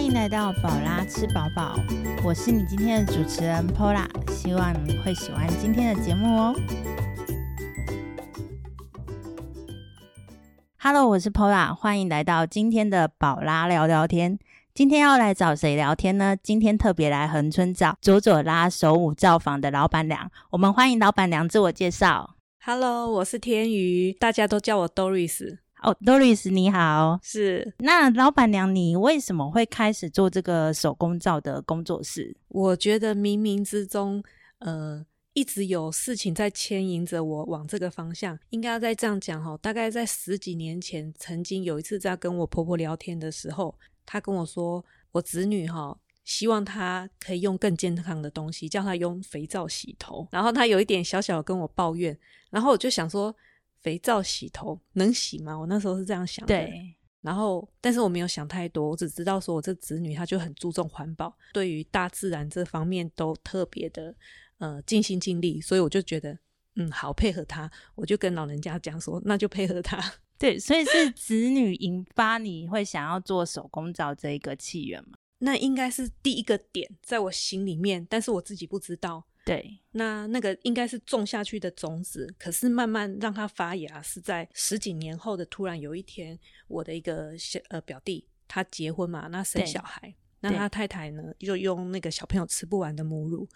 迎来到宝拉吃饱饱，我是你今天的主持人 Pola，希望你会喜欢今天的节目哦。Hello，我是 Pola，欢迎来到今天的宝拉聊聊天。今天要来找谁聊天呢？今天特别来恒春找佐佐拉手舞造坊的老板娘，我们欢迎老板娘自我介绍。 Hello，我是天瑜，大家都叫我 Doris。哦、d o r i s 你好。是那老板娘，你为什么会开始做这个手工皂的工作室？我觉得冥冥之中，呃，一直有事情在牵引着我往这个方向。应该要再这样讲哈，大概在十几年前，曾经有一次在跟我婆婆聊天的时候，她跟我说，我子女哈。希望她可以用更健康的东西，叫她用肥皂洗头。然后她有一点小小地跟我抱怨，然后我就想说，肥皂洗头能洗吗？我那时候是这样想的。对，然后，但是我没有想太多，我只知道说我这子女她就很注重环保，对于大自然这方面都特别的呃尽心尽力，所以我就觉得嗯好配合她，我就跟老人家讲说那就配合她。对，所以是子女引发你会想要做手工皂这一个起源嘛？ 那应该是第一个点在我心里面，但是我自己不知道。对，那那个应该是种下去的种子，可是慢慢让它发芽，是在十几年后的突然有一天，我的一个小呃表弟他结婚嘛，那生对小孩，那对他太太呢就用那个小朋友吃不完的母乳，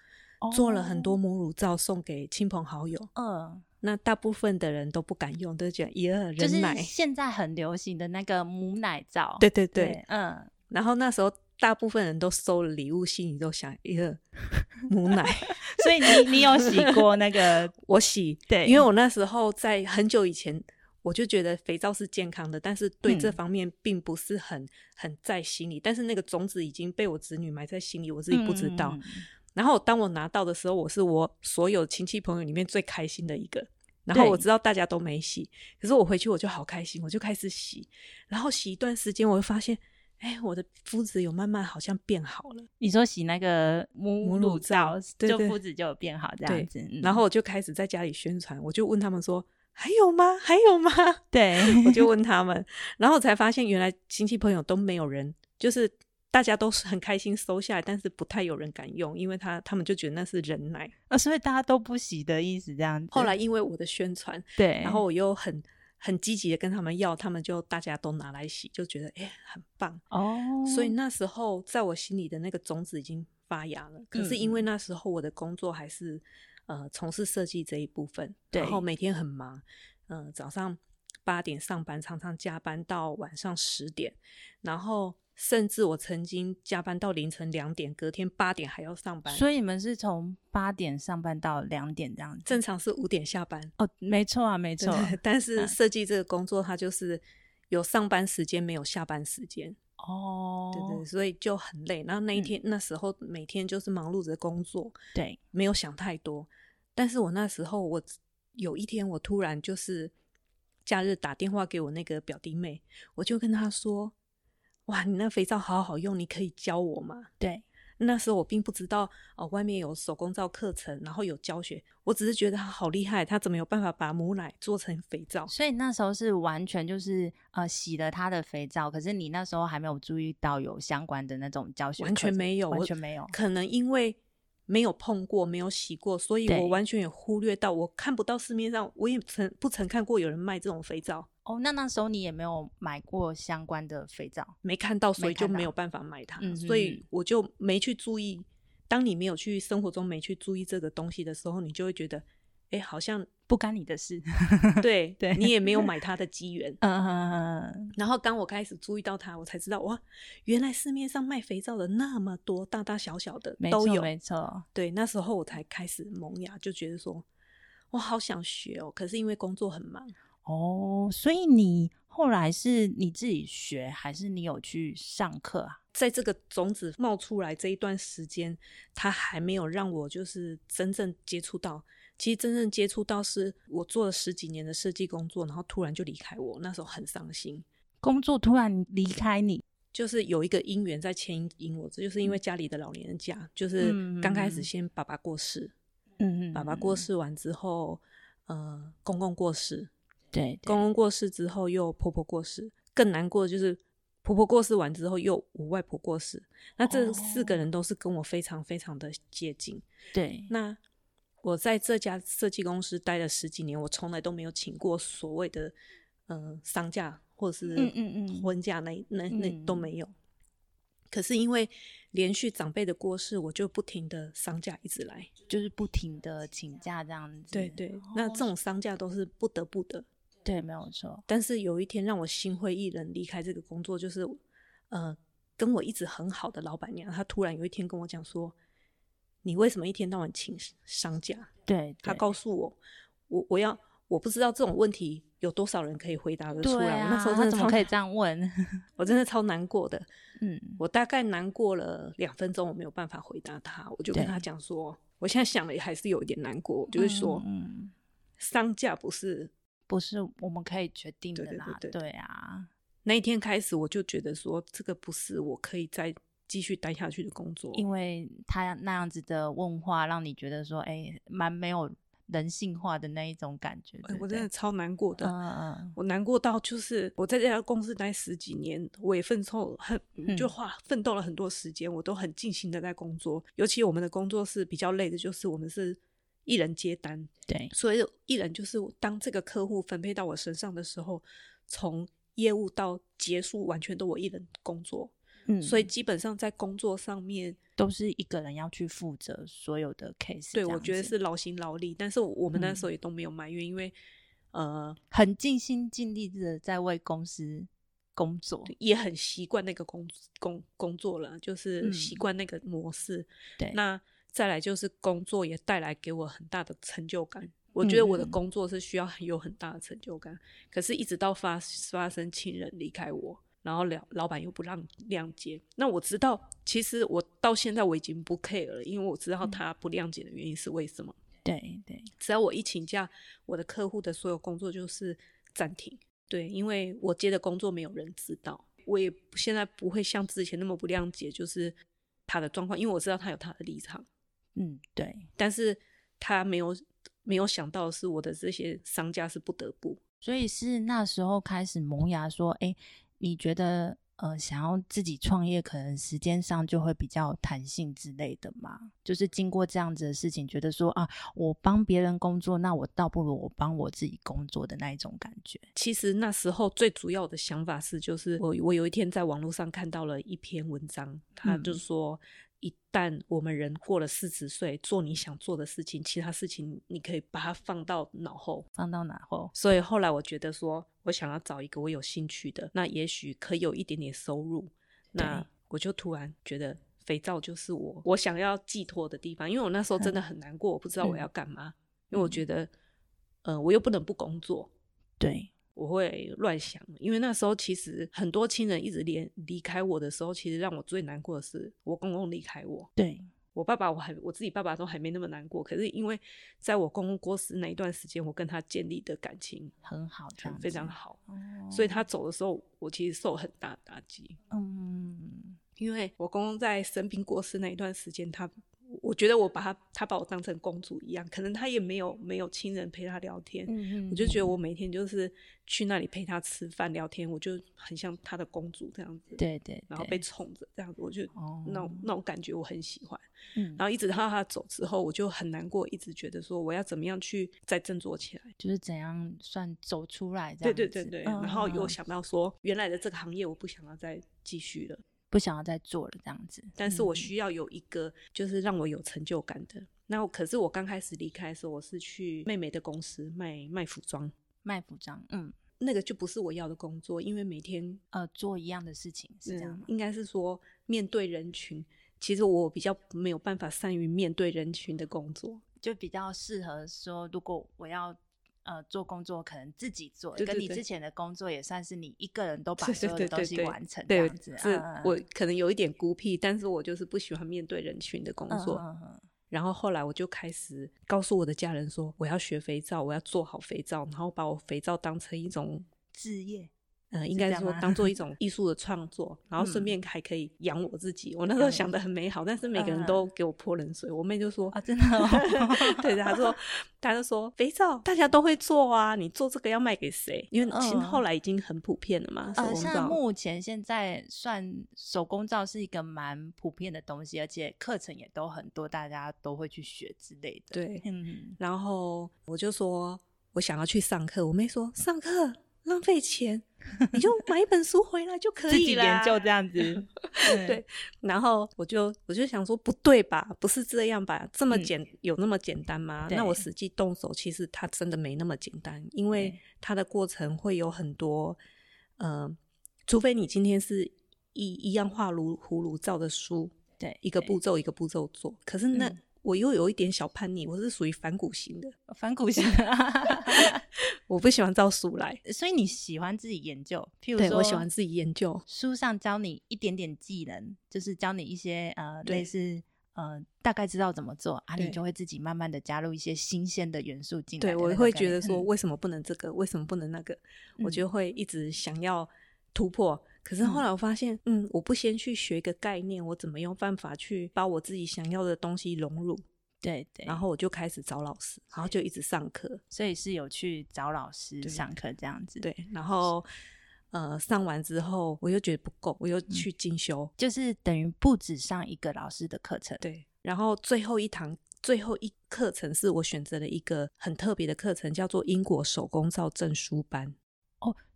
做了很多母乳皂送给亲朋好友。哦，那大部分的人都不敢用，都觉得耶嗯，就是人奶，现在很流行的那个母奶皂。对对对。嗯，然后那时候大部分人都收了礼物，心里都想耶 母奶，所以你你有洗过那个？ 我洗对因为我那时候在很久以前，我就觉得肥皂是健康的，但是对嗯这方面并不是很很在心里。但是那个种子已经被我子女埋在心里，我自己不知道。嗯嗯嗯然后当我拿到的时候，我是我所有亲戚朋友里面最开心的一个。然后对我知道大家都没洗，可是我回去我就好开心，我就开始洗。然后洗一段时间，我就发现，哎，我的肤质有慢慢好像变好了。你说洗那个母母乳乳皂，对就对肤质就有变好这样对子。嗯然后我就开始在家里宣传，我就问他们说：“还有吗？还有吗？”对， 我就问他们，然后我才发现原来亲戚朋友都没有人，就是大家都是很开心收下来，但是不太有人敢用，因为他他们就觉得那是人奶。呃，所以大家都不洗的意思这样子。后来因为我的宣传，对，然后我又很很积极的跟他们要，他们就大家都拿来洗，就觉得哎、很棒。哦，所以那时候在我心里的那个种子已经发芽了。可是因嗯为那时候我的工作还是呃从事设计这一部分，对然后每天很忙，嗯、早上八点上班，常常加班到晚上十点，然后甚至我曾经加班到凌晨两点，隔天八点还要上班。所以你们是从八点上班到两点这样子。正常是五点下班，哦，没错啊，没错。对但是嗯设计这个工作，它就是有上班时间，没有下班时间。哦，嗯对对，所以就很累。然后那一天、那时候每天就是忙碌着工作，对没有想太多。但是我那时候我有一天我突然就是假日打电话给我那个表弟妹，我就跟她说：“哇，你那肥皂好好用，你可以教我吗对？”那时候我并不知道哦，外面有手工皂课程，然后有教学，我只是觉得她好厉害，她怎么有办法把母奶做成肥皂？所以那时候是完全就是呃洗了他的肥皂，可是你那时候还没有注意到有相关的那种教学课程，完全没有，完我全没有。可能因为没有碰过，没有洗过，所以对我完全也忽略到，我看不到市面上，我也曾不曾看过有人卖这种肥皂，哦，那那时候你也没有买过相关的肥皂，没看到，所以就看到没有办法买它，嗯所嗯以我就没去注意。当你没有去生活中没去注意这个东西的时候，你就会觉得，哎，好像不干你的 事。对对你也没有买 它的机缘。嗯，然后当我开始注意到它，我才知道哇，原来市面上卖肥皂的那么多，大大小小的没都错有。没错，对，那时候我才开始萌芽，就觉得说，我好想学哦，可是因为工作很忙，哦，所以你后来是你自己学，还是你有去上课啊？在这个种子冒出来这一段时间，它还没有让我就是真正接触到。其实真正接触到是我做了十几年的设计工作，然后突然就离开我，那时候很伤心。工作突然离开你，就是有一个因缘在牵引我，这就是因为家里的老年人家，就是刚开始嗯先爸爸过世，嗯爸爸过，世完之后，呃，公公过世，嗯对，对公公过世之后又婆婆过世，更难过的就是婆婆过世完之后，又我外婆过世，那这哦四个人都是跟我非常非常的接近。对，那我在这家设计公司待了十几年，我从来都没有请过所谓的呃丧假或者是嗯嗯嗯婚假那一那那嗯都没有。可是因为连续长辈的过世，我就不停的丧假一直来。就是不停的请假这样子。哦对对，那这种丧假都是不得不的。对，没有错。但是有一天让我心灰意冷离开这个工作，就是呃，跟我一直很好的老板娘，她突然有一天跟我讲说：“你为什么一天到晚请丧假？”对，他对告诉我，我我要我不知道这种问题有多少人可以回答得出对来。啊，我那时候他真的怎超么可以这样问？我真的超难过的。 嗯，我大概难过了两分钟，我没有办法回答他，我就跟对他讲说，我现在想了也还是有一点难过， 就是说嗯嗯嗯丧假不是不是我们可以决定的对对啦。对对啊，那一天开始，我就觉得说这个不是我可以再继续待下去的工作，因为他那样子的问话，让你觉得说，哎、蛮没有人性化的那一种感觉。哎对不我真的对超难过的。嗯嗯嗯，我难过到就是我在这家公司待十几年，我也奋斗很嗯就花奋斗了很多时间，我都很尽心的在工作。尤其我们的工作是比较累的，就是我们是一人接单，对，所以一人就是当这个客户分配到我身上的时候，从业务到结束完全都我一人工作，嗯，所以基本上在工作上面，都是一个人要去负责所有的 case 这对样子。我觉得是劳心劳力，但是我们那嗯时候也都没有埋怨，因为呃很尽心尽力的在为公司工作。也很习惯那个工工工作了，就是嗯习惯那个模式。对，那再来就是工作也带来给我很大的成就感。我觉得我的嗯工作是需要很有很大的成就感，可是，一直到发发生亲人离开我，然后老老板又不让谅解，那我知道，其实我到现在我已经不 care 了，因为我知道嗯他不谅解的原因是为什么。对对，只要我一请假，我的客户的所有工作就是暂停。对，因为我接的工作没有人知道，我也现在不会像之前那么不谅解，就是他的状况，因为我知道他有他的立场，嗯对。但是他没有没有想到的是我的这些商家是不得不。所以是那时候开始萌芽，说，哎、你觉得呃，想要自己创业，可能时间上就会比较弹性之类的嘛？就是经过这样子的事情，觉得说啊，我帮别人工作，那我倒不如我帮我自己工作的那一种感觉。其实那时候最主要的想法是，就是我我有一天在网络上看到了一篇文章，他就说，一旦我们人过了四十岁，做你想做的事情，其他事情你可以把它放到脑后，放到哪后？所以后来我觉得说，我想要找一个我有兴趣的，那也许可以有一点点收入。那对我就突然觉得肥皂就是我我想要寄托的地方，因为我那时候真的很难过，我不知道我要干嘛，因为我觉得，呃，我又不能不工作，对，我会乱想。因为那时候其实很多亲人一直连离开我的时候，其实让我最难过的是我公公离开我。对，我爸爸，我还我自己爸爸都还没那么难过，可是因为在我公公过世那一段时间，我跟他建立的感情很好，这样非常子。好，哦所以他走的时候，我其实受很大的打击，嗯，因为我公公在生病过世那一段时间，他我觉得我把他他把我当成公主一样，可能他也没有没有亲人陪他聊天，嗯我就觉得我每天就是去那里陪他吃饭聊天，我就很像他的公主这样子，，对对，然后对被宠着这样子，我就哦那种那种感觉我很喜欢。嗯，然后一直到他走之后，我就很难过，一直觉得说我要怎么样去再振作起来。就是怎样算走出来这对样子。对对对，嗯然后嗯有嗯想到说原来的这个行业我不想要再继续了，不想要再做了这样子，但是我嗯需要有一个就是让我有成就感的。那我可是我刚开始离开的时候，我是去妹妹的公司卖卖服装，卖服装，嗯，那个就不是我要的工作，因为每天呃，做一样的事情是这样嗯吗？应该是说面对人群，其实我比较没有办法善于面对人群的工作。就比较适合说，如果我要呃做工作，可能自己做，对对跟你对之前的工作也算是你一个人都把 对所对有对的东对西对完成这对样，子。这嗯嗯我可能有一点孤僻，但是我就是不喜欢面对人群的工嗯作。嗯嗯然后后来我就开始告诉我的家人 说，我要学肥皂，我要做好肥皂，然后把我肥皂当成一种置业呃，应是这该样说吗当 做一种艺术的创作，然后嗯顺便还可以养我自己。我那时候嗯想的很美好，但是每个嗯人都给我泼冷水。我妹就说，啊，真的哦 对，他说，他就说肥皂大家都会做啊，你做这个要卖给谁？因为其实嗯后来已经很普遍了嘛，手呃，工像皂。目前现在算手工皂是一个蛮普遍的东西，而且课程也都很多，大家都会去学之类的。对嗯，然后我就说我想要去上课，我妹说上课浪费钱，你就买一本书回来就可自己以啦。研究这样子。嗯 对然后我就我就想说，不对吧？不是这样吧？这么嗯简、有那么简单吗？对那我实际动手，其实它真的没那么简单，因为对它的过程会有很多，呃，除非你今天是一一样画葫葫芦照的书，对，一个对步骤一个步骤做。可是那、嗯我又有一点小叛逆，我是属于反骨型的，反骨型。我不喜欢照书来。所以你喜欢自己研究，譬如对说，我喜欢自己研究，书上教你一点点技能，就是教你一些呃对类似呃大概知道怎么做啊，对你就会自己慢慢的加入一些新鲜的元素进来对的那种我概念。会觉得说，嗯为什么不能这个？为什么不能那个？嗯我就会一直想要突破。可是后来我发现，嗯，我不先去学一个概念，我怎么有办法去把我自己想要的东西融入？对对，然后我就开始找老师，然后就一直上课，所以是有去找老师对上课这样子。，对，然后呃上完之后，我又觉得不够，我又嗯去进修，就是等于不止上一个老师的课程。对，然后最后一堂。最后一课程是我选择了一个很特别的课程，叫做英国手工皂证书班。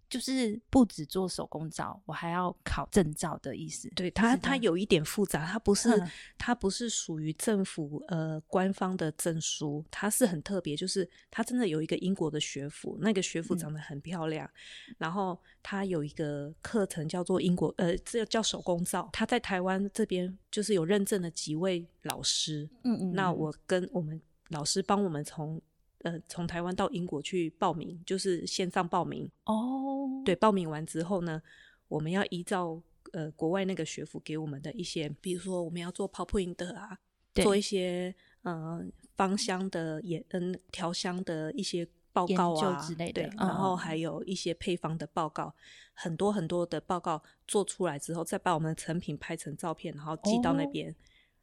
就是不止做手工皂，我还要考证照的意思。对它，是这它样有一点复杂，它不是、嗯它不是属于政府呃官方的证书，它是很特别，就是它真的有一个英国的学府，那个学府嗯长得很漂亮，然后它有一个课程叫做英国呃这叫手工皂，它在台湾这边就是有认证的几位老师，嗯嗯，那嗯我跟我们老师帮我们从。呃，从台湾到英国去报名，就是线上报名，哦，对，报名完之后呢，我们要依照呃国外那个学府给我们的一些，比如说我们要做 pop point 啊，对做一些呃芳香的研嗯调香的一些报研告究啊之类的对，嗯然后嗯还有一些配方的报告，很多很多的报告做出来之后，再把我们的成品拍成照片，然后寄到那哦边。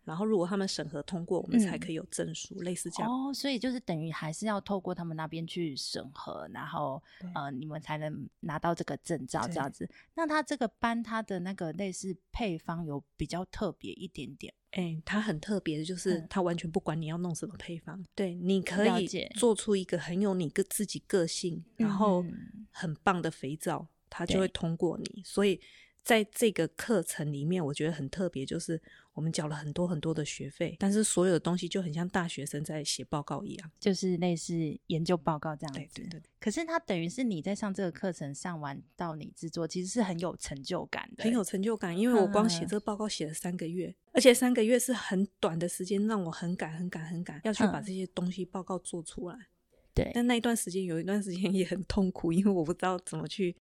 然后，如果他们审核通过，我们才嗯可以有证书，类似这样。哦，所以就是等于还是要透过他们那边去审核，然后对呃，你们才能拿到这个证照这对样子。那他这个班他的那个类似配方有比较特别一点点，哎、它很特别的，就是嗯它完全不管你要弄什么配方，对，你可了以解做出一个很有你个自己个性，然后嗯很棒的肥皂，它就会对通过你。所以在这个课程里面，我觉得很特别，就是我们缴了很多很多的学费，但是所有的东西就很像大学生在写报告一样。就是类似研究报告这样对子。对对，可是他等于是你在上这个课程上完到你制作，其实是很有成就感的，很有成就感，因为我光写嗯这个报告写了三个月，而且三个月是很短的时间，让我很赶、很赶、很赶，要去把嗯这些东西报告做出来。对但那一段时间有一段时间也很痛苦，因为我不知道怎么去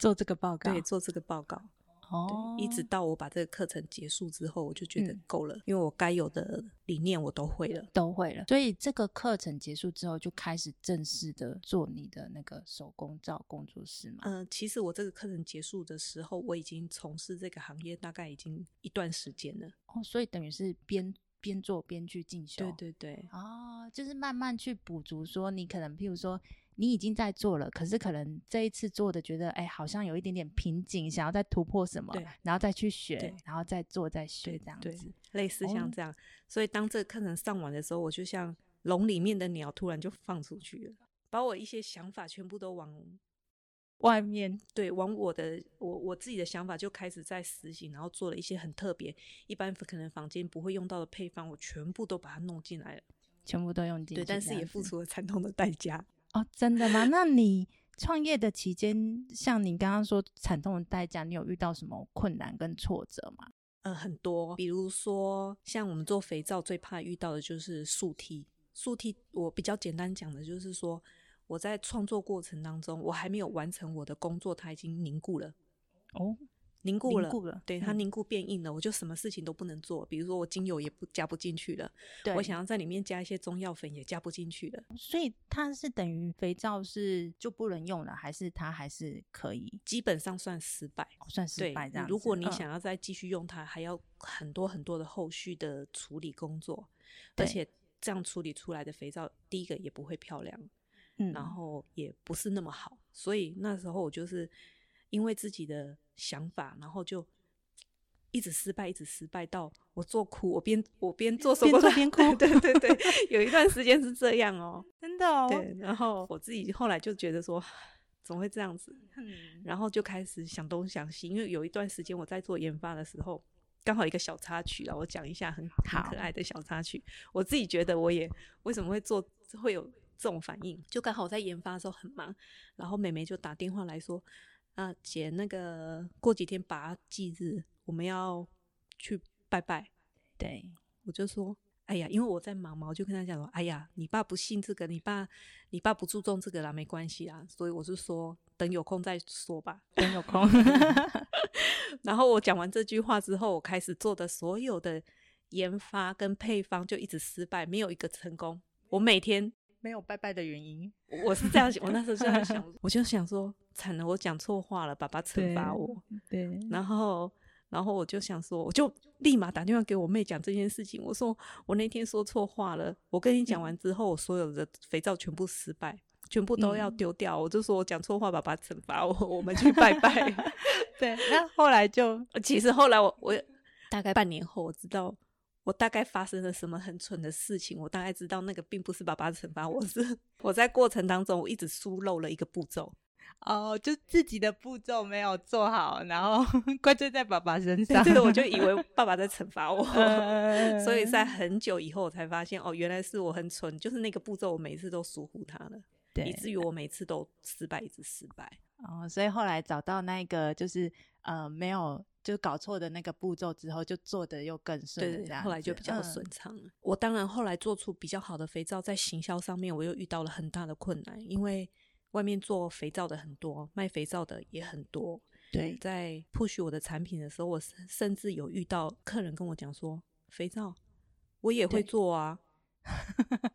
做这个报告对做这个报告。对哦，一直到我把这个课程结束之后，我就觉得嗯够了，因为我该有的理念我都会了。都会了。所以这个课程结束之后，就开始正式的做你的那个手工皂工作室嘛。嗯、其实我这个课程结束的时候，我已经从事这个行业大概已经一段时间了。哦，所以等于是边边做边去进修。对对对，哦，就是慢慢去补足，说你可能，譬如说你已经在做了，可是可能这一次做的觉得，哎，好像有一点点瓶颈，想要再突破什么对，然后再去对学，然后再做，再学对这样对子。类似像哦这样。所以当这个课程上完的时候，我就像笼里面的鸟突然就放出去了，把我一些想法全部都往外面对，往我的我我自己的想法就开始在实行，然后做了一些很特别，一般可能房间不会用到的配方，我全部都把它弄进来了。全部都用进去，对，但是也付。出了惨痛的代价。哦，真的吗？那你创业的期间，像你刚刚说惨痛的代价，你有遇到什么困难跟挫折吗？呃，很多，比如说像我们做肥皂最怕遇到的就是速梯。速梯，我比较简单讲的就是说，我在创作过程当中，我还没有完成我的工作，它已经凝固了。哦，凝固了，凝固了对它嗯凝固变硬了，我就什么事情都不能做。比如说我精油也不加不进去了，对，我想要在里面加一些中药粉也加不进去了。所以它是等于肥皂是就不能用了，还是它还是可以？基本上算失败，哦算失对败这样，子。如果你嗯想要再继续用它，还要很多很多的后续的处理工作，对而且这样处理出来的肥皂，第一个也不会漂亮，嗯，然后也不是那么好，所以那时候我就是因为自己的想法，然后就一直失败，一直失败到我做哭，我边我边做手边工做坊边哭对 对对，有一段时间是这样哦，真的哦，对，然后我自己后来就觉得说，怎么会这样子？嗯然后就开始想东想西，因为有一段时间我在做研发的时候，刚好一个小插曲啊，我讲一下很很好可爱的小插曲。我自己觉得我也为什么会做会有这种反应，就刚好我在研发的时候很忙，然后美眉就打电话来说，啊姐，那个过几天把忌日，我们要去拜拜。对，我就说，哎呀，因为我在忙嘛，我就跟他讲说，哎呀，你爸不信这个，你爸你爸不注重这个啦，没关系啦，所以我是说等有空再说吧。 真有空， 然后我讲完这句话之后，我开始做的所有的研发跟配方就一直失败，没有一个成功。我每天没有拜拜的原因，我是这样，我那时候这样想，我就想说，惨了，我讲错话了，爸爸惩罚对我。 对，然后，然后我就想说，我就立马打电话给我妹讲这件事情。我说我那天说错话了，我跟你讲完之后，我所有的肥皂全部失败，全部都要嗯丢掉。我就说我讲错话，爸爸惩罚我，我们去拜拜。 对，那后来就其实后来我我 大概半年后，我知道。我大概发生了什么很蠢的事情，我大概知道那个并不是爸爸惩罚我，是我在过程当中我一直疏漏了一个步骤，哦，就自己的步骤没有做好，然后 怪罪在爸爸身 对嗯上，对，我就以为爸爸在惩罚 我，呃所以在很久以后我才发现，哦，原来是我很蠢，就是那个步骤我每次都疏忽它了，以对，至于我每次都失败，一直失败。哦，所以后来找到那个就是呃没有就搞错的那个步骤之后，就做的又更顺了，对这，样后来就子比较嗯顺畅了。我当然后来做出比较好的肥皂，在行销上面我又遇到了很大的困难，因为外面做肥皂的很多，卖肥皂的也很多。对，在 push 我的产品的时候，我甚甚至有遇到客人跟我讲说：“肥皂我也对会做啊。”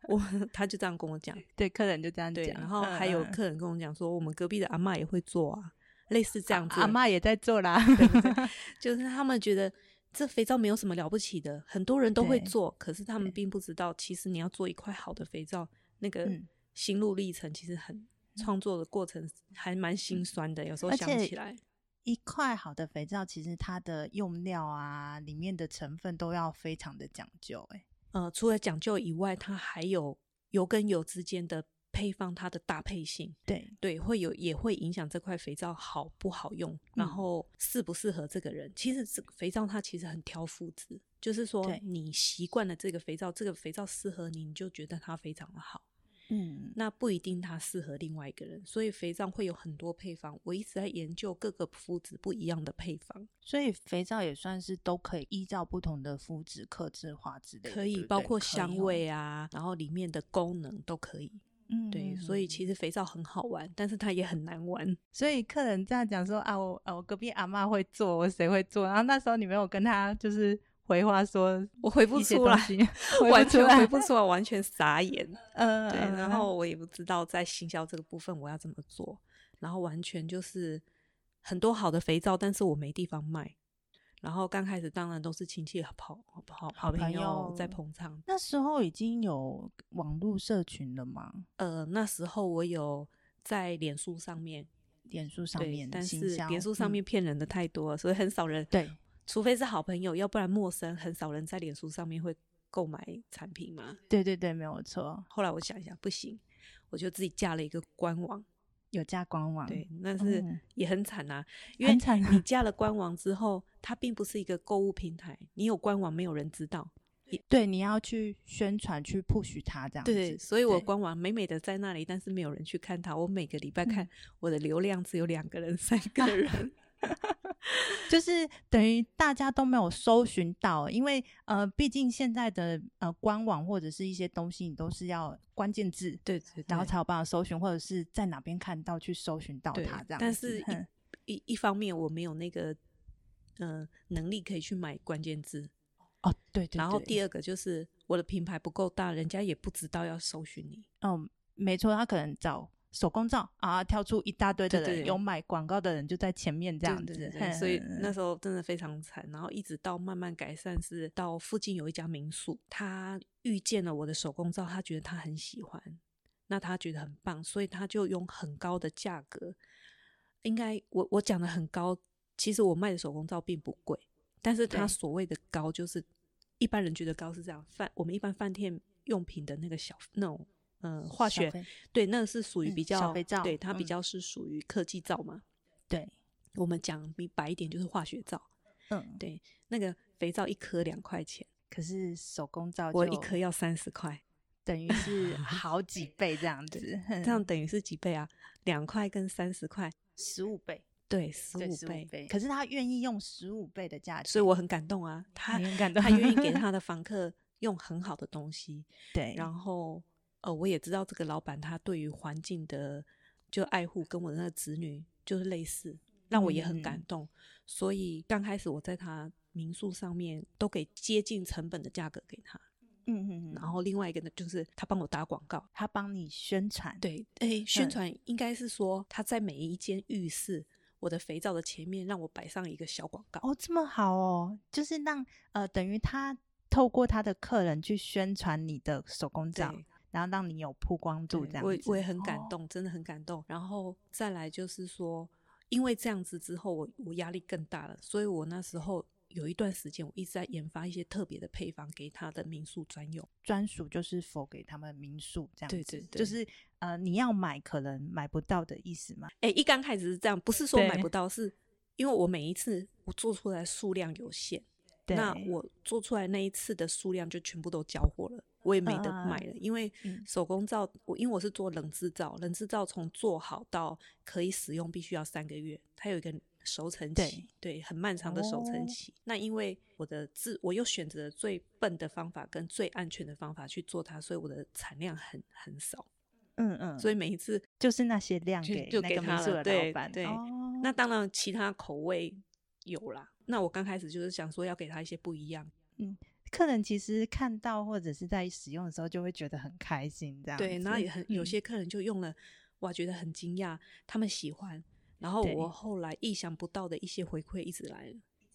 我 他就这样跟我讲。对，客人就这样讲对，，然后还有嗯客人跟我讲说，我们隔壁的阿嬷也会做啊，类似这样子。阿妈也在做啦， 就是他们觉得这肥皂没有什么了不起的，很多人都会对做，可是他们对并不知道，其实你要做一块好的肥皂，那个嗯心路历程其实很。创作的过程还蛮心酸的，有时候嗯而想且起来，一块好的肥皂，其实它的用料啊，里面的成分都要非常的讲究、欸，呃，除了讲究以外，它还有油跟油之间的配方，它的搭配性，对，对，会有也会影响这块肥皂好不好用，然嗯后适不适合这个人。其实这个肥皂它其实很挑肤质，就是说对你习惯了这个肥皂，这个肥皂适合你，你就觉得它非常的好。嗯，那不一定它适合另外一个人，所以肥皂会有很多配方。我一直在研究各个肤质不一样的配方，所以肥皂也算是都可以依照不同的肤质克制化之类的，可对以不包对括可以香哦味啊，然后里面的功能都可以。嗯，对，嗯所以嗯其实肥皂很好玩，但是它也很难玩。所以客人这样讲说啊，我啊我隔壁阿嬷会做，我谁会做？然后那时候你没有跟他就是回话说我回不一些出东来，西， 回 完不出全来回不出来，完全傻眼。嗯，对，嗯然后我也不知道在行销这个部分我要怎么做，然后完全就是很多好的肥皂，但是我没地方卖。然后刚开始当然都是亲戚好好好朋友在朋捧场。那时候已经有网络社群了嘛，呃，那时候我有在脸书上面，脸书上对，面但行是销脸书上嗯面骗人的太多了，所以很少人，对除非是好朋友，要不然陌生，很少人在脸书上面会购买产品嘛。对对对，没有错，后来我想一想，不行，我就自己架了一个官网。有加官网，对，那是嗯也很惨啊，因为很惨啊你架了官网之后，它并不是一个购物平台，你有官网没有人知道。对，你要去宣传去 push 它这样子，对，所以我对官网美美的在那里，但是没有人去看它。我每个礼拜看嗯我的流量只有两个人、 三个 人。就是等于大家都没有搜寻到，因为呃，毕竟现在的呃官网或者是一些东西，你都是要关键字，对 对然后才有办法搜寻，或者是在哪边看到去搜寻到对它这样子。但是哼一一一方面我没有那个呃能力可以去买关键字。哦，对对对。然后第二，二个就是我的品牌不够大，人家也不知道要搜寻你。嗯，没错，他可能找手工皂啊，跳出一大堆的人，对对对有买广告的人就在前面这对样子，嗯对对对嘿所以那时候真的非常惨。然后一直到慢慢改善，是到附近有一家民宿，他遇见了我的手工皂，他觉得他很喜欢，那他觉得很棒，所以他就用很高的价格，应该我我讲的很高，其实我卖的手工皂并不贵，但是他对所谓的高就是一般人觉得高是这样，饭我们一般饭店用品的那个小那种呃化小学费对，那个是属于嗯比小较、肥皂对它比嗯较是属于科技皂嘛。对，我们讲明白一点就是化学皂，嗯，对，那个肥皂一颗两块钱，可是手工皂我就一颗要三十块，等于是好 几倍这样子，这样等于是几倍啊？两块跟三十块， 十五倍，对，十对，五十倍五。倍。可是他愿意用十五倍的价钱，所以我很感动啊，他你很哎感动，他愿 意给他的房客用很好的东西，对，然后呃，我也知道这个老板他对于环境的就爱护跟我的那个子女就是类似，让我也很感嗯动。所以刚开始我在他民宿上面都给接近成本的价格给他，嗯嗯嗯，然后另外一个呢就是他帮我打广告。他帮你宣传，对，诶，宣嗯传应该是说他在每一间浴室，我的肥皂的前面让我摆上一个小广告。哦，这么好哦，就是让呃，等于他透过他的客人去宣传你的手工皂，对然后让你有曝光度对这样我子也，我也很感哦，动，真的很感动。然后再来就是说，因为这样子之后，我我压力更大了，所以我那时候有一段时间，我一直在研发一些特别的配方给他的民宿专用。专属就是否给他们民宿这样子，对对对就是呃，你要买可能买不到的意思嘛，哎，一刚开始是这样，不是说买对不到，是因为我每一次我做出来数量有限，对，那我做出来那一次的数量就全部都交货了，我也没得嗯嗯嗯买了，因为嗯手工皂，我因为我是做冷制皂，冷制皂从做好到可以使用必须要三个月，它有一个熟成期，对，很漫长的熟哦成期。那因为我的制，我又选择了最笨的方法跟最安全的方法去做它，所以我的产量很很少，嗯嗯，所以每一次就是那些量就给就那给个民他宿了的对老板，对哦那当然其他口味有啦。那我刚开始就是想说要给他一些不一样。客人其实看到或者是在使用的时候就会觉得很开心，这样对，子然后也很有嗯些客人就用了，哇，觉得很惊讶，他们喜欢。然后对我后来意想不到的一些回馈一直来了，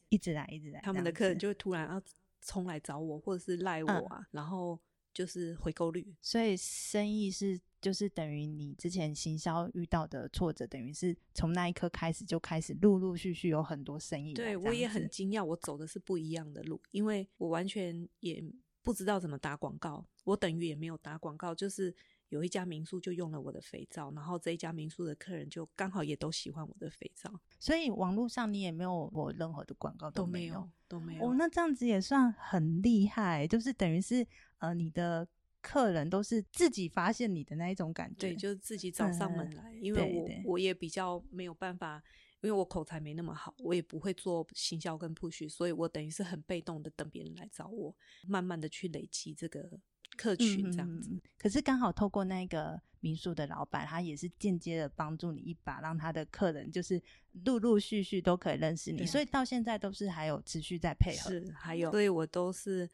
一直来一直来，他们这的样客人子就会突然要冲来找我，或者是赖嗯我啊，然后就是回购率。所以生意是就是等于你之前行销遇到的挫折，等于是从那一刻开始就开始陆陆续续有很多生意来。对这我样也很子惊讶，我走的是不一样的路，因为我完全也不知道怎么打广告，我等于也没有打广告，就是。有一家民宿就用了我的肥皂，然后这一家民宿的客人就刚好也都喜欢我的肥皂，所以网络上你也没有我任何的广告都没没有，都没有。哦，那这样子也算很厉害，就是等于是呃你的客人都是自己发现你的那一种感觉。对，就是自己找上门嗯来，因为对我对我也比较没有办法，因为我口才没那么好，我也不会做行销跟 push，所以我等于是很被动的等别人来找我，慢慢的去累积这个客群这样子。嗯嗯嗯可是刚好透过那个民宿的老板，他也是间接的帮助你一把，让他的客人就是陆陆续续都可以认识你，对所以到现在都是还有持续在配合。是，还嗯有，所以我都是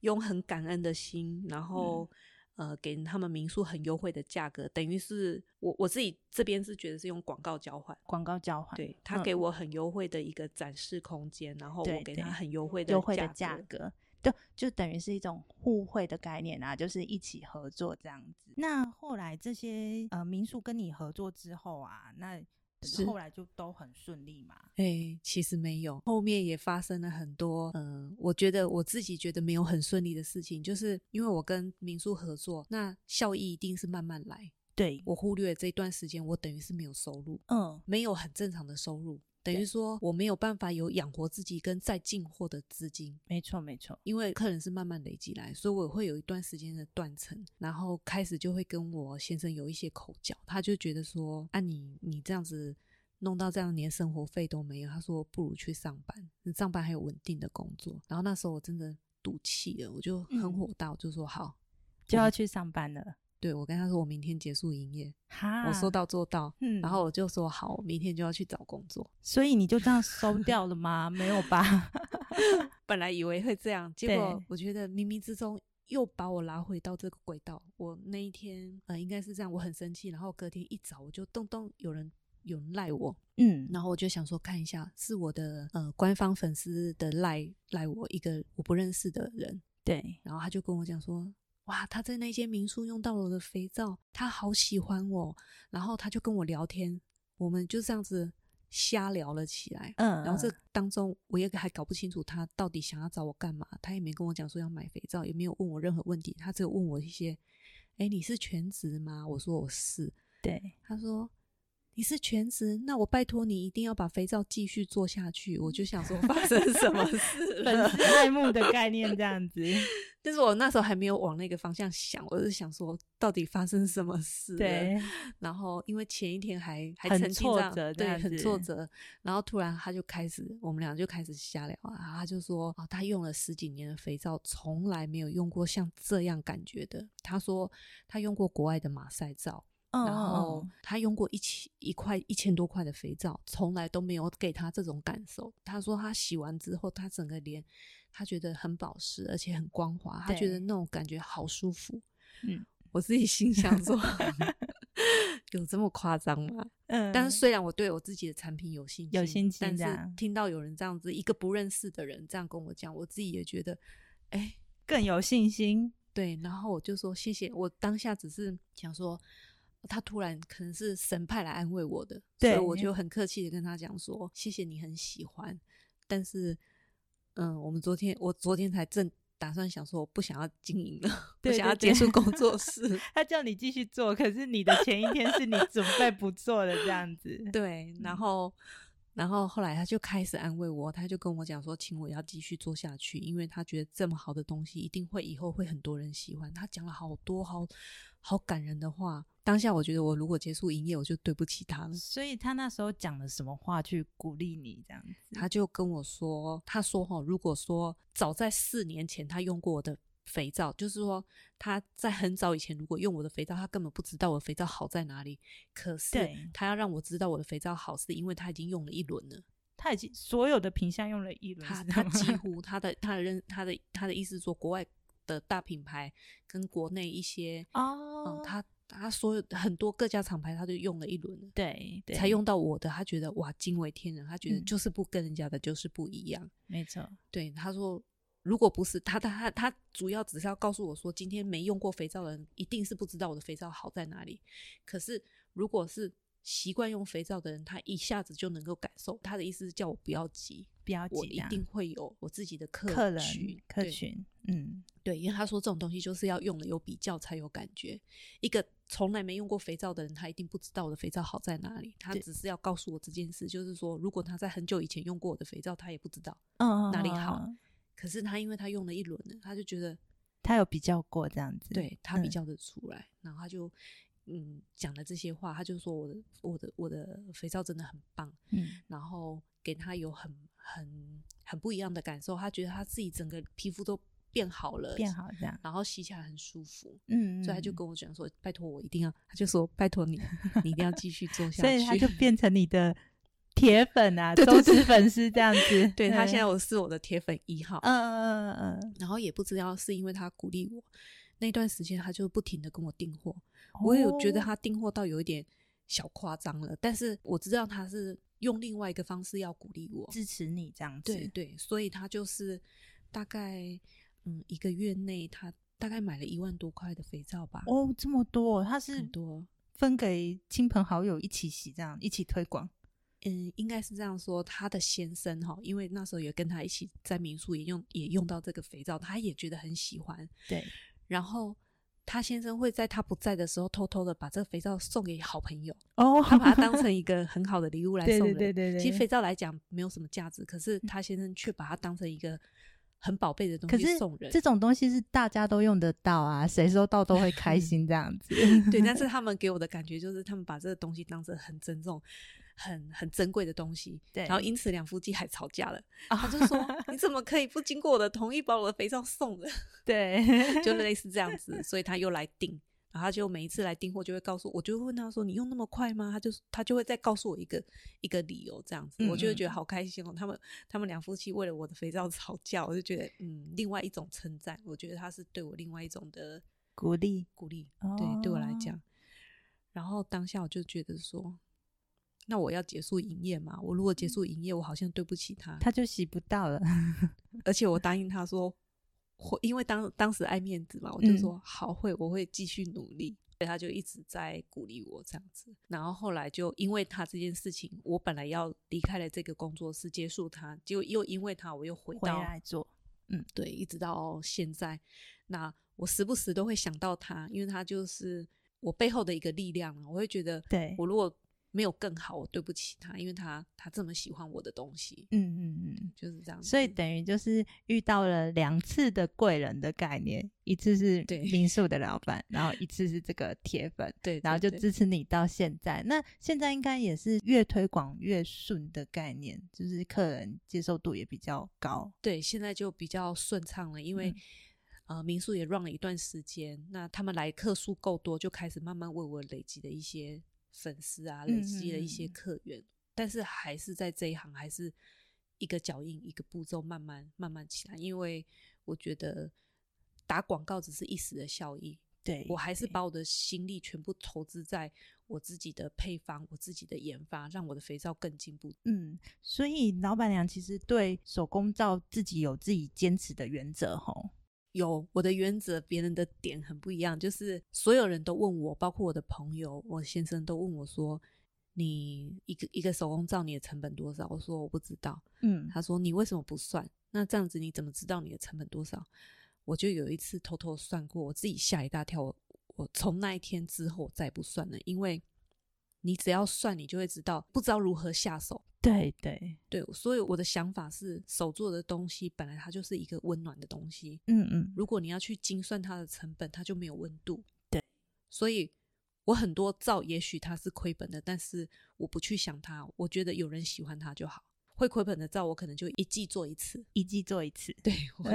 用很感恩的心，然后、嗯呃，给他们民宿很优惠的价格，等于是我我自己这边是觉得是用广告交换。广告交换，对嗯他给我很优惠的一个展示空间，然后对我给他对很优惠的优惠的价价格，格，就就等于是一种互惠的概念啊，就是一起合作这样子。那后来这些呃民宿跟你合作之后啊，那是后来就都很顺利嘛。哎、其实没有，后面也发生了很多，嗯、我觉得我自己觉得没有很顺利的事情，就是因为我跟民宿合作，那效益一定是慢慢来。对，我忽略这段时间，我等于是没有收入，嗯，没有很正常的收入，等于对说我没有办法有养活自己跟再进货的资金。没错没错，因为客人是慢慢累积来，所以我会有一段时间的断层，然后开始就会跟我先生有一些口角，他就觉得说，啊你你这样子弄到这样，连生活费都没有，他说不如去上班，你上班还有稳定的工作。然后那时候我真的赌气了，我就很火大，我就说好，就要去上班了。对我跟他说我明天结束营业，哈，我说，到做到，嗯然后我就说好，我明天就要去找工作。所以你就这样收掉了吗？没有 吧？本来以为会这样，结果对我觉得冥冥之中又把我拉回到这个轨道。我那一天呃应该是这样，我很生气，然后隔天一早我就动动有人。有人赖我，嗯，然后我就想说看一下，是我的呃官方粉丝的赖赖我一个我不认识的人，对，然后他就跟我讲说，哇，他在那间民宿用到了我的肥皂，他好喜欢我，然后他就跟我聊天，我们就这样子瞎聊了起来。嗯，然后这当中，我也还搞不清楚他到底想要找我干嘛，他也没跟我讲说要买肥皂，也没有问我任何问题，他只有问我一些，哎，你是全职吗？我说我是， 对，他说你是全职，那我拜托你一定要把肥皂继续做下去。我就想说发生什么事 了 粉？丝爱慕的概念这样子，但是我那时候还没有往那个方向想，我是想说到底发生什么事？，对，然后因为前一天还还很曾经这样挫折这对，样很子挫折。然后突然他就开始，我们俩就开始瞎聊啊，然后他就说啊，他用了十几年的肥皂，从来没有用过像这样感觉的。他说他用过国外的马赛皂。嗯然后嗯他用过一千一块一千多块的肥皂，从来都没有给他这种感受。他说他洗完之后，他整个脸他觉得很保湿，而且很光滑，他对觉得那种感觉好舒服。嗯， 我自己心想 说，有这么夸张吗？嗯，但是虽然我对我自己的产品有信心，有信心但这是样听到有人这样子，一个不认识的人这样跟我讲，我自己也觉得，哎，更有信心，对，然后我就说谢谢。我当下只是想说，他突然可能是神派来安慰我的，所以对我就很客气的跟他讲说，谢谢你很喜欢，但是，嗯，我们昨天我昨天才正打算想说，我不想要经营了， 对不想要对对结束工 作室。他叫你继续做，可是你的前一天是你准备不做的这样 子，对，然后。然后后来他就开始安慰我，他就跟我讲说，请我要继续做下去，因为他觉得这么好的东西一定会以后会很多人喜欢。他讲了好多好好感人的话，当下我觉得我如果结束营业，我就对不起他了。所以他那时候讲了什么话去鼓励你这样子？他就跟我说，他说哈、如果说早在四年前他用过我的肥皂，就是说他在很早以前如果用我的肥皂，他根本不知道我的肥皂好在哪里。可是对他要让我知道我的肥皂好，是因为他已经用了一轮了。他已经所有的品相用了一轮，他是他吗几乎他的他的认他的他的意思是说，国外的大品牌跟国内一些，哦嗯，，他他所有很多各家厂牌，他就用了一轮了。对对才用到我的，他觉得哇惊为天人，他觉得嗯就是不跟人家的就是不一样。没错，对，他说如果不是他他他他主要只是要告诉我说，今天没用过肥皂的人一定是不知道我的肥皂好在哪里。可是如果是习惯用肥皂的人，他一下子就能够感受。他的意思是叫我不要急，不要我紧一张，定会有我自己的客客人群客对群，嗯，对因为他说这种东西就是要用了有比较才有感觉。一个从来没用过肥皂的人，他一定不知道我的肥皂好在哪里。他对只是要告诉我这件事，就是说，如果他在很久以前用过我的肥皂，他也不知道。嗯，哪里嗯好？嗯可是他因为他用了一轮了，他就觉得他有比较过这样子，对他比嗯较的出来，然后他就嗯讲了这些话，他就说我的我的我的肥皂真的很棒，嗯，然后给他有很很很不一样的感受，他觉得他自己整个皮肤都变好了，变，好这样，然后洗起来很舒服，嗯，所以他就嗯跟我讲说，拜托我一定要，他就说拜托 你，你一定要继续做下所以他去。就变成你的铁粉啊， 对对忠对实粉丝这样子，对他现在我是我的铁粉一号，嗯，嗯嗯嗯嗯，然后也不知道是因为他鼓励我，那段时间他就不停的跟我订货，嗯我也有觉得哦他订货到有一点小夸张了，但是我知道他是用另外一个方式要鼓励我，支持你这样子，对对，所以他就是大概嗯一个月内，他大概买了一万多块的肥皂吧，哦，这么多，他很是多，分给亲朋好友一起洗，这样一起推广。嗯，应该是这样说，他的先生哈，因为那时候也跟他一起在民宿也用也用到这个肥皂，他也觉得很喜欢，对，然后。他先生会在他不在的时候，偷偷的把这个肥皂送给好朋友，哦，他把它当成一个很好的礼物 来对送对对人。对对，嗯其实肥皂来讲没有什么价值，可是他先生却把它当成一个很宝贝的 东可西是送人这。种东西是大家都用得到啊，谁收到都会开心这样 子。 对，但是他们给我的感觉就是他们把这个东西当成很珍重、很很珍贵的东西。对然后因此两夫妻还吵 架了。他他啊就说：“你怎么可以不经 过我的同意把我的肥皂送人对，？”就类似这样子，所以他又来订。然后他就每一次来订货就会告诉我，就会问他说：“你用那么快吗？”他就他就会再告诉我一个一个理由，这样子，嗯我就会嗯觉得好开心哦。他们他们两夫妻为了我的肥皂 吵架，我就觉得嗯，另外一种称赞，我觉得他是对我另外一种的鼓励，哦鼓励，对，对我来讲。然后当下我就觉得说，那我要结束营业嘛？我如果结束营业，我好像对不起他，嗯他就洗不到了。而且我答应他说，会因为当当时爱面子嘛，我就嗯说、好会，我会继续努力。所以他就一直在鼓励我这样子。然后后来就因为他这件事情，我本来要离开了这个工作室，结束他，结果又因为他，我又回回到来做，对，一直到现在。那我时不时都会想到他，因为他就是我背后的一个力量啊。我会觉得，对我如果没有更好，我对不起他，因为他他这么喜欢我的东西，嗯嗯嗯，就是这样子。所以等于就是遇到了两次的贵人的概念，一次是对民宿的老板，然后一次是这个铁粉，对，然后就对支持你到现在。那现在应该也是越推广越顺的概念，就是客人接受度也比较高。对，现在就比较顺畅了，因为、嗯呃民宿也 run 了一段时间，那他们来客数够多，就开始慢慢为我累积的一些粉丝啊，累嗯积了一些嗯嗯客源，但是还是在这一行还是一个脚印一个步骤慢慢慢慢起来，因为我觉得打广告只是一时的效益，对我还是对把我的心力全部投资在我自己的配方、我自己的研发，让我的肥皂更进步。嗯，所以老板娘其实对手工皂自己有自己坚持的原则吼。有我的原则，别人的点很不一样。就是所有人都问我，包括我的朋友、我先生都问我说：“你一个一个手工皂你的成本多少？”我说：“我不知道。嗯”，他说：“你为什么不算？那这样子你怎么知道你的成本多少？”我就有一次偷偷算过，我自己吓一大跳。我我从那一天之后我再也不算了，因为你只要算，你就会知道不知道如何下手。对对， 对，所以我的想法是，手做的东西本来它就是一个温暖的东西，嗯嗯，如果你要去精算它的成本，它就没有温度。对，所以我很多皂也许它是亏本的，但是我不去想它，我觉得有人喜欢它就好。会亏本的皂，我可能就一季做一次。一季做一次。对 我，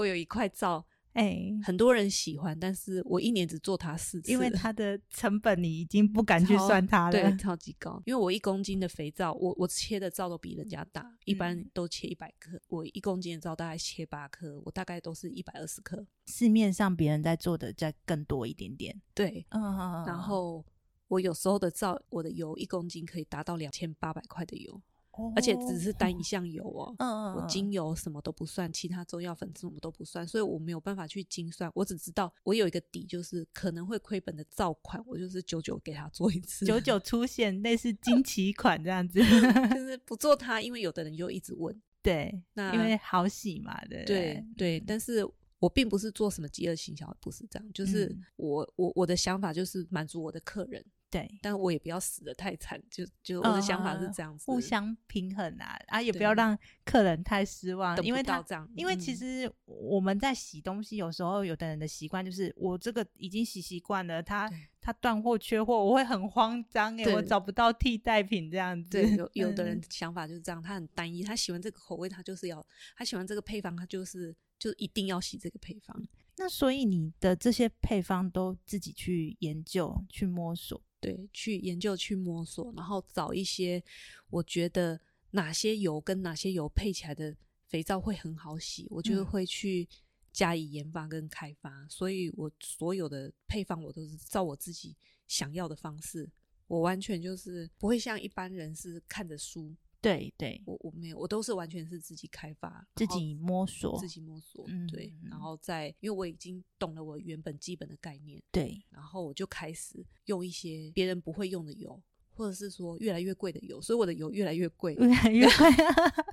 我有一块皂，哎、 很多人喜欢，但是我一年只做它四次，因为它的成本你已经不敢去超算它了。对超级高。因为我一公斤的肥皂，我我切的皂都比人家大，一般嗯都切一百克，我一公斤的皂大概切八克，我大概都是一百二十克。 市面上别人在做的再更多一点点。对，嗯然后我有时候的皂，我的油一公斤可以达到两千八百块的油，而且只是单一项油哦。哦嗯嗯，我精油什么都不算，其他中药粉什么都不算，所以我没有办法去精算。我只知道我有一个底，就是可能会亏本的皂款，我就是久久给它做一次，九 九出现类似惊奇款这样子。就是不做它，因为有的人就一直问，对，那因为好洗嘛，对不嗯嗯对对，但是我并不是做什么饥饿营销，不是这样，就是嗯我我、我我的想法就是满足我的客人，对，但我也不要死的太惨，就就我的想法是嗯这样子，互相平衡啊啊，也不对要让客人太失望，等啊因为不到他。这样，因为其嗯实我们在洗东西，有时候有的人的习惯就是我这个已经洗习惯了，他对他断货缺货，我会很慌张哎、对我找不到替代品这样子。对有有的人嗯想法就是这样，他很单一，他喜欢这个口味，他就是要他喜欢这个配方，他就是就一定要洗这个配方。那所以你的这些配方都自己去研究、去摸索。对，去研究、去摸索，然后找一些我觉得哪些油跟哪些油配起来的肥皂会很好洗，我就嗯会去加以研发跟开发。所以我所有的配方我都是照我自己想要的方式，我完全就是不会像一般人是看着书，对对，我我没有，我都是完全是自己开发，自然后己摸索自。己摸索，嗯对嗯，然后再因为我已经懂了我原本基本的概念，对，然后我就开始用一些别人不会用的油，或者是说越来越贵的油，所以我的油越来越贵，越来越 快，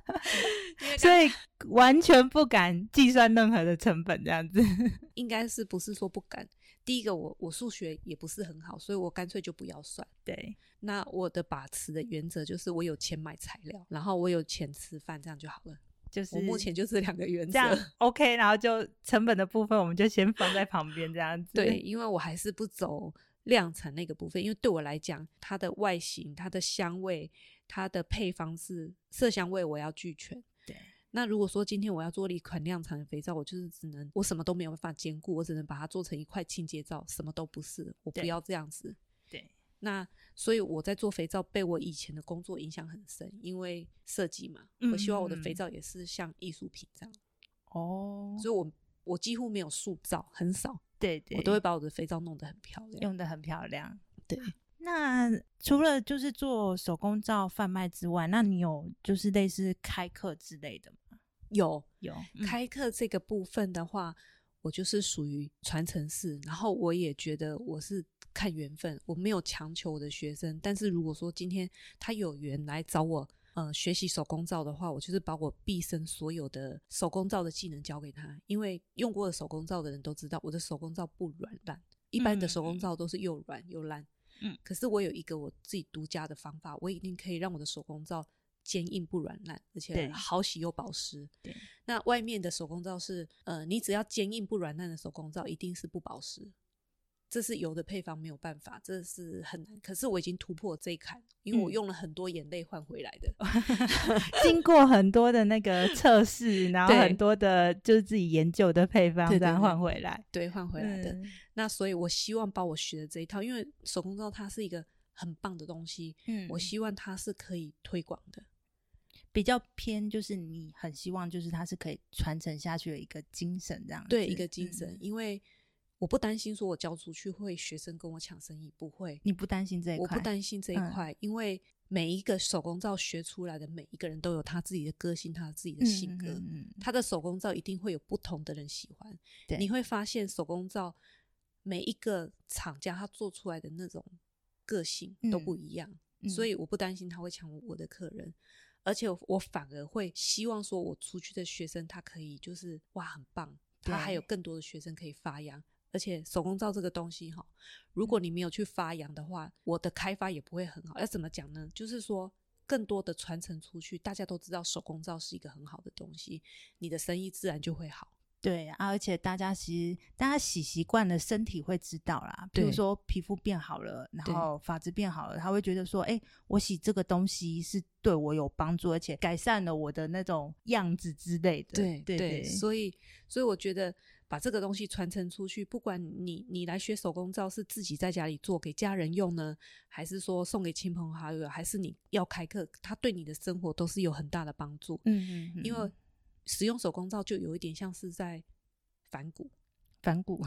因为刚所以完全不敢计算任何的成本，这样子。 应该是不是说不敢？第一个我我数学也不是很好，所以我干脆就不要算。对，那我的把持的原则就是我有钱买材料，然后我有钱吃饭，这样就好了。就是我目前就这两个原这则。 样 OK，然后就成本的部分我们就先放在旁边，这样子。对，，因为我还是不走量产那个部分，因为对我来讲，它的外形、它的香味、它的配方是色香味我要俱全。对，那如果说今天我要做了一款量产的肥皂，我就是只能我什么都没有办法兼顾，我只能把它做成一块清洁皂，什么都不是，我不对要这样子。对，那所以我在做肥皂被我以前的工作影响很深，因为设计嘛，嗯我希望我的嗯肥嗯皂也是像艺术品这样，哦，所以我我几乎没有塑造，很少，对对，我都会把我的肥皂弄得很漂亮。用的很漂亮。对，那除了就是做手工皂贩卖之外，那你有就是类似开课之类的吗？嗯有有，开课这个部分的话，我就是属于传承式，然后我也觉得我是看缘分，我没有强求我的学生。但是如果说今天他有缘来找我，呃，学习手工皂的话，我就是把我毕生所有的手工皂的技能教给他，因为用过的手工皂的人都知道，我的手工皂不软烂，一般的手工皂都是又软又烂。嗯，可是我有一个我自己独家的方法，我一定可以让我的手工皂坚硬不软烂，而且对好洗又保湿。对，那外面的手工皂是，呃，你只要坚硬不软烂的手工皂，一定是不保湿。这是油的配方没有办法，这是很难。可是我已经突破这一坎，因为我嗯用了很多眼泪换回来的。 经过很多的那个测试，然后对很多的就是自己研究的配方，对对然后对换回来。对，换回来的。嗯那所以，我希望把我学的这一套，因为手工皂它是一个很棒的东西，嗯我希望它是可以推广的。比较偏就是你很希望就是它是可以传承下去的一个精神，这样子对，一个精神，嗯因为我不担心说我教出去会学生跟我抢生意，不会，你不担心这一我块？不担心这一嗯块，因为每一个手工皂学出来的每一个人都有他自己的个性，他自己的性格，嗯嗯嗯嗯他的手工皂一定会有不同的人喜欢。对你会发现手工皂每一个厂家他做出来的那种个性都不一样，嗯所以我不担心他会抢我的客人。而且我我反而会希望说，我出去的学生他可以就是哇很棒，他对还有更多的学生可以发扬。而且手工皂这个东西哈，嗯如果你没有去发扬的话，我的开发也不会很好。要怎么讲呢？就是说，更多的传承出去，大家都知道手工皂是一个很好的东西，你的生意自然就会好。对、啊而且大家其实大家洗习惯了，身体会知道啦。比如对说皮肤变好了，然对后发质变好了，他会觉得说，哎、我洗这个东西是对我有帮助，而且改善了我的那种样子之类的。对对所以所以我觉得把这个东西传承出去，不管你你来学手工皂是自己在家里做给家人用呢，还是说送给亲朋好友，还是你要开课，它对你的生活都是有很大的帮助。嗯嗯嗯，因为使用手工皂就有一点像是在反骨，反骨，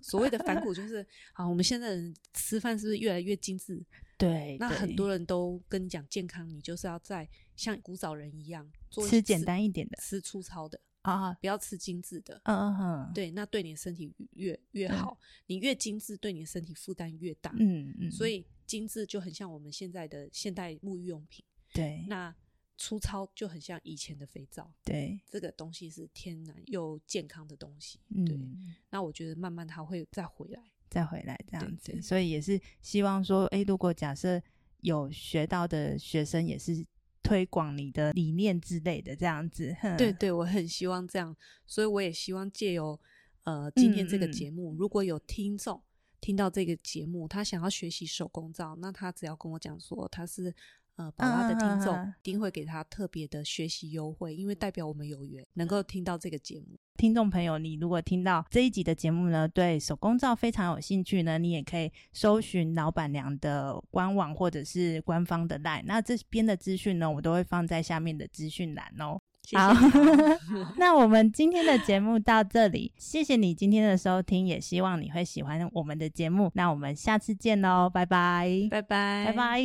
所谓的反骨就是啊，我们现在人吃饭是不是越来越精致？对，那哎对很多人都跟你讲健康，你就是要在像古早人一样做吃简、单一点的吃粗糙的，啊，不要吃精致的。嗯嗯嗯，对，那对你的身体越越好，你越精致，对你的身体负担越大。嗯嗯，所以以精致就很像我们现在的现代沐浴用品，对那粗糙就很像以前的肥皂。对，这个东西是天然又健康的东西，对。嗯，那我觉得慢慢它会再回来，再回来这样对子，对所以也是希望说，诶，如果假设有学到的学生也是推广你的理念之类的这样子，哼对对，我很希望这样，所以我也希望借由呃今天这个嗯节目，如果有听众听到这个节目，他想要学习手工皂，那他只要跟我讲说他是呃宝拉的听众，嗯嗯嗯嗯一定会给他特别的学习优惠，因为代表我们有缘嗯能够听到这个节目。听众朋友，你如果听到这一集的节目呢，对手工皂非常有兴趣呢，你也可以搜寻老板娘的官网或者是官方的 LINE。那这边的资讯呢，我都会放在下面的资讯栏哦。谢好谢 你 哦。那我们今天的节目到这里，谢谢你今天的收听，也希望你会喜欢我们的节目。那我们下次见喽，拜拜，拜拜，拜拜。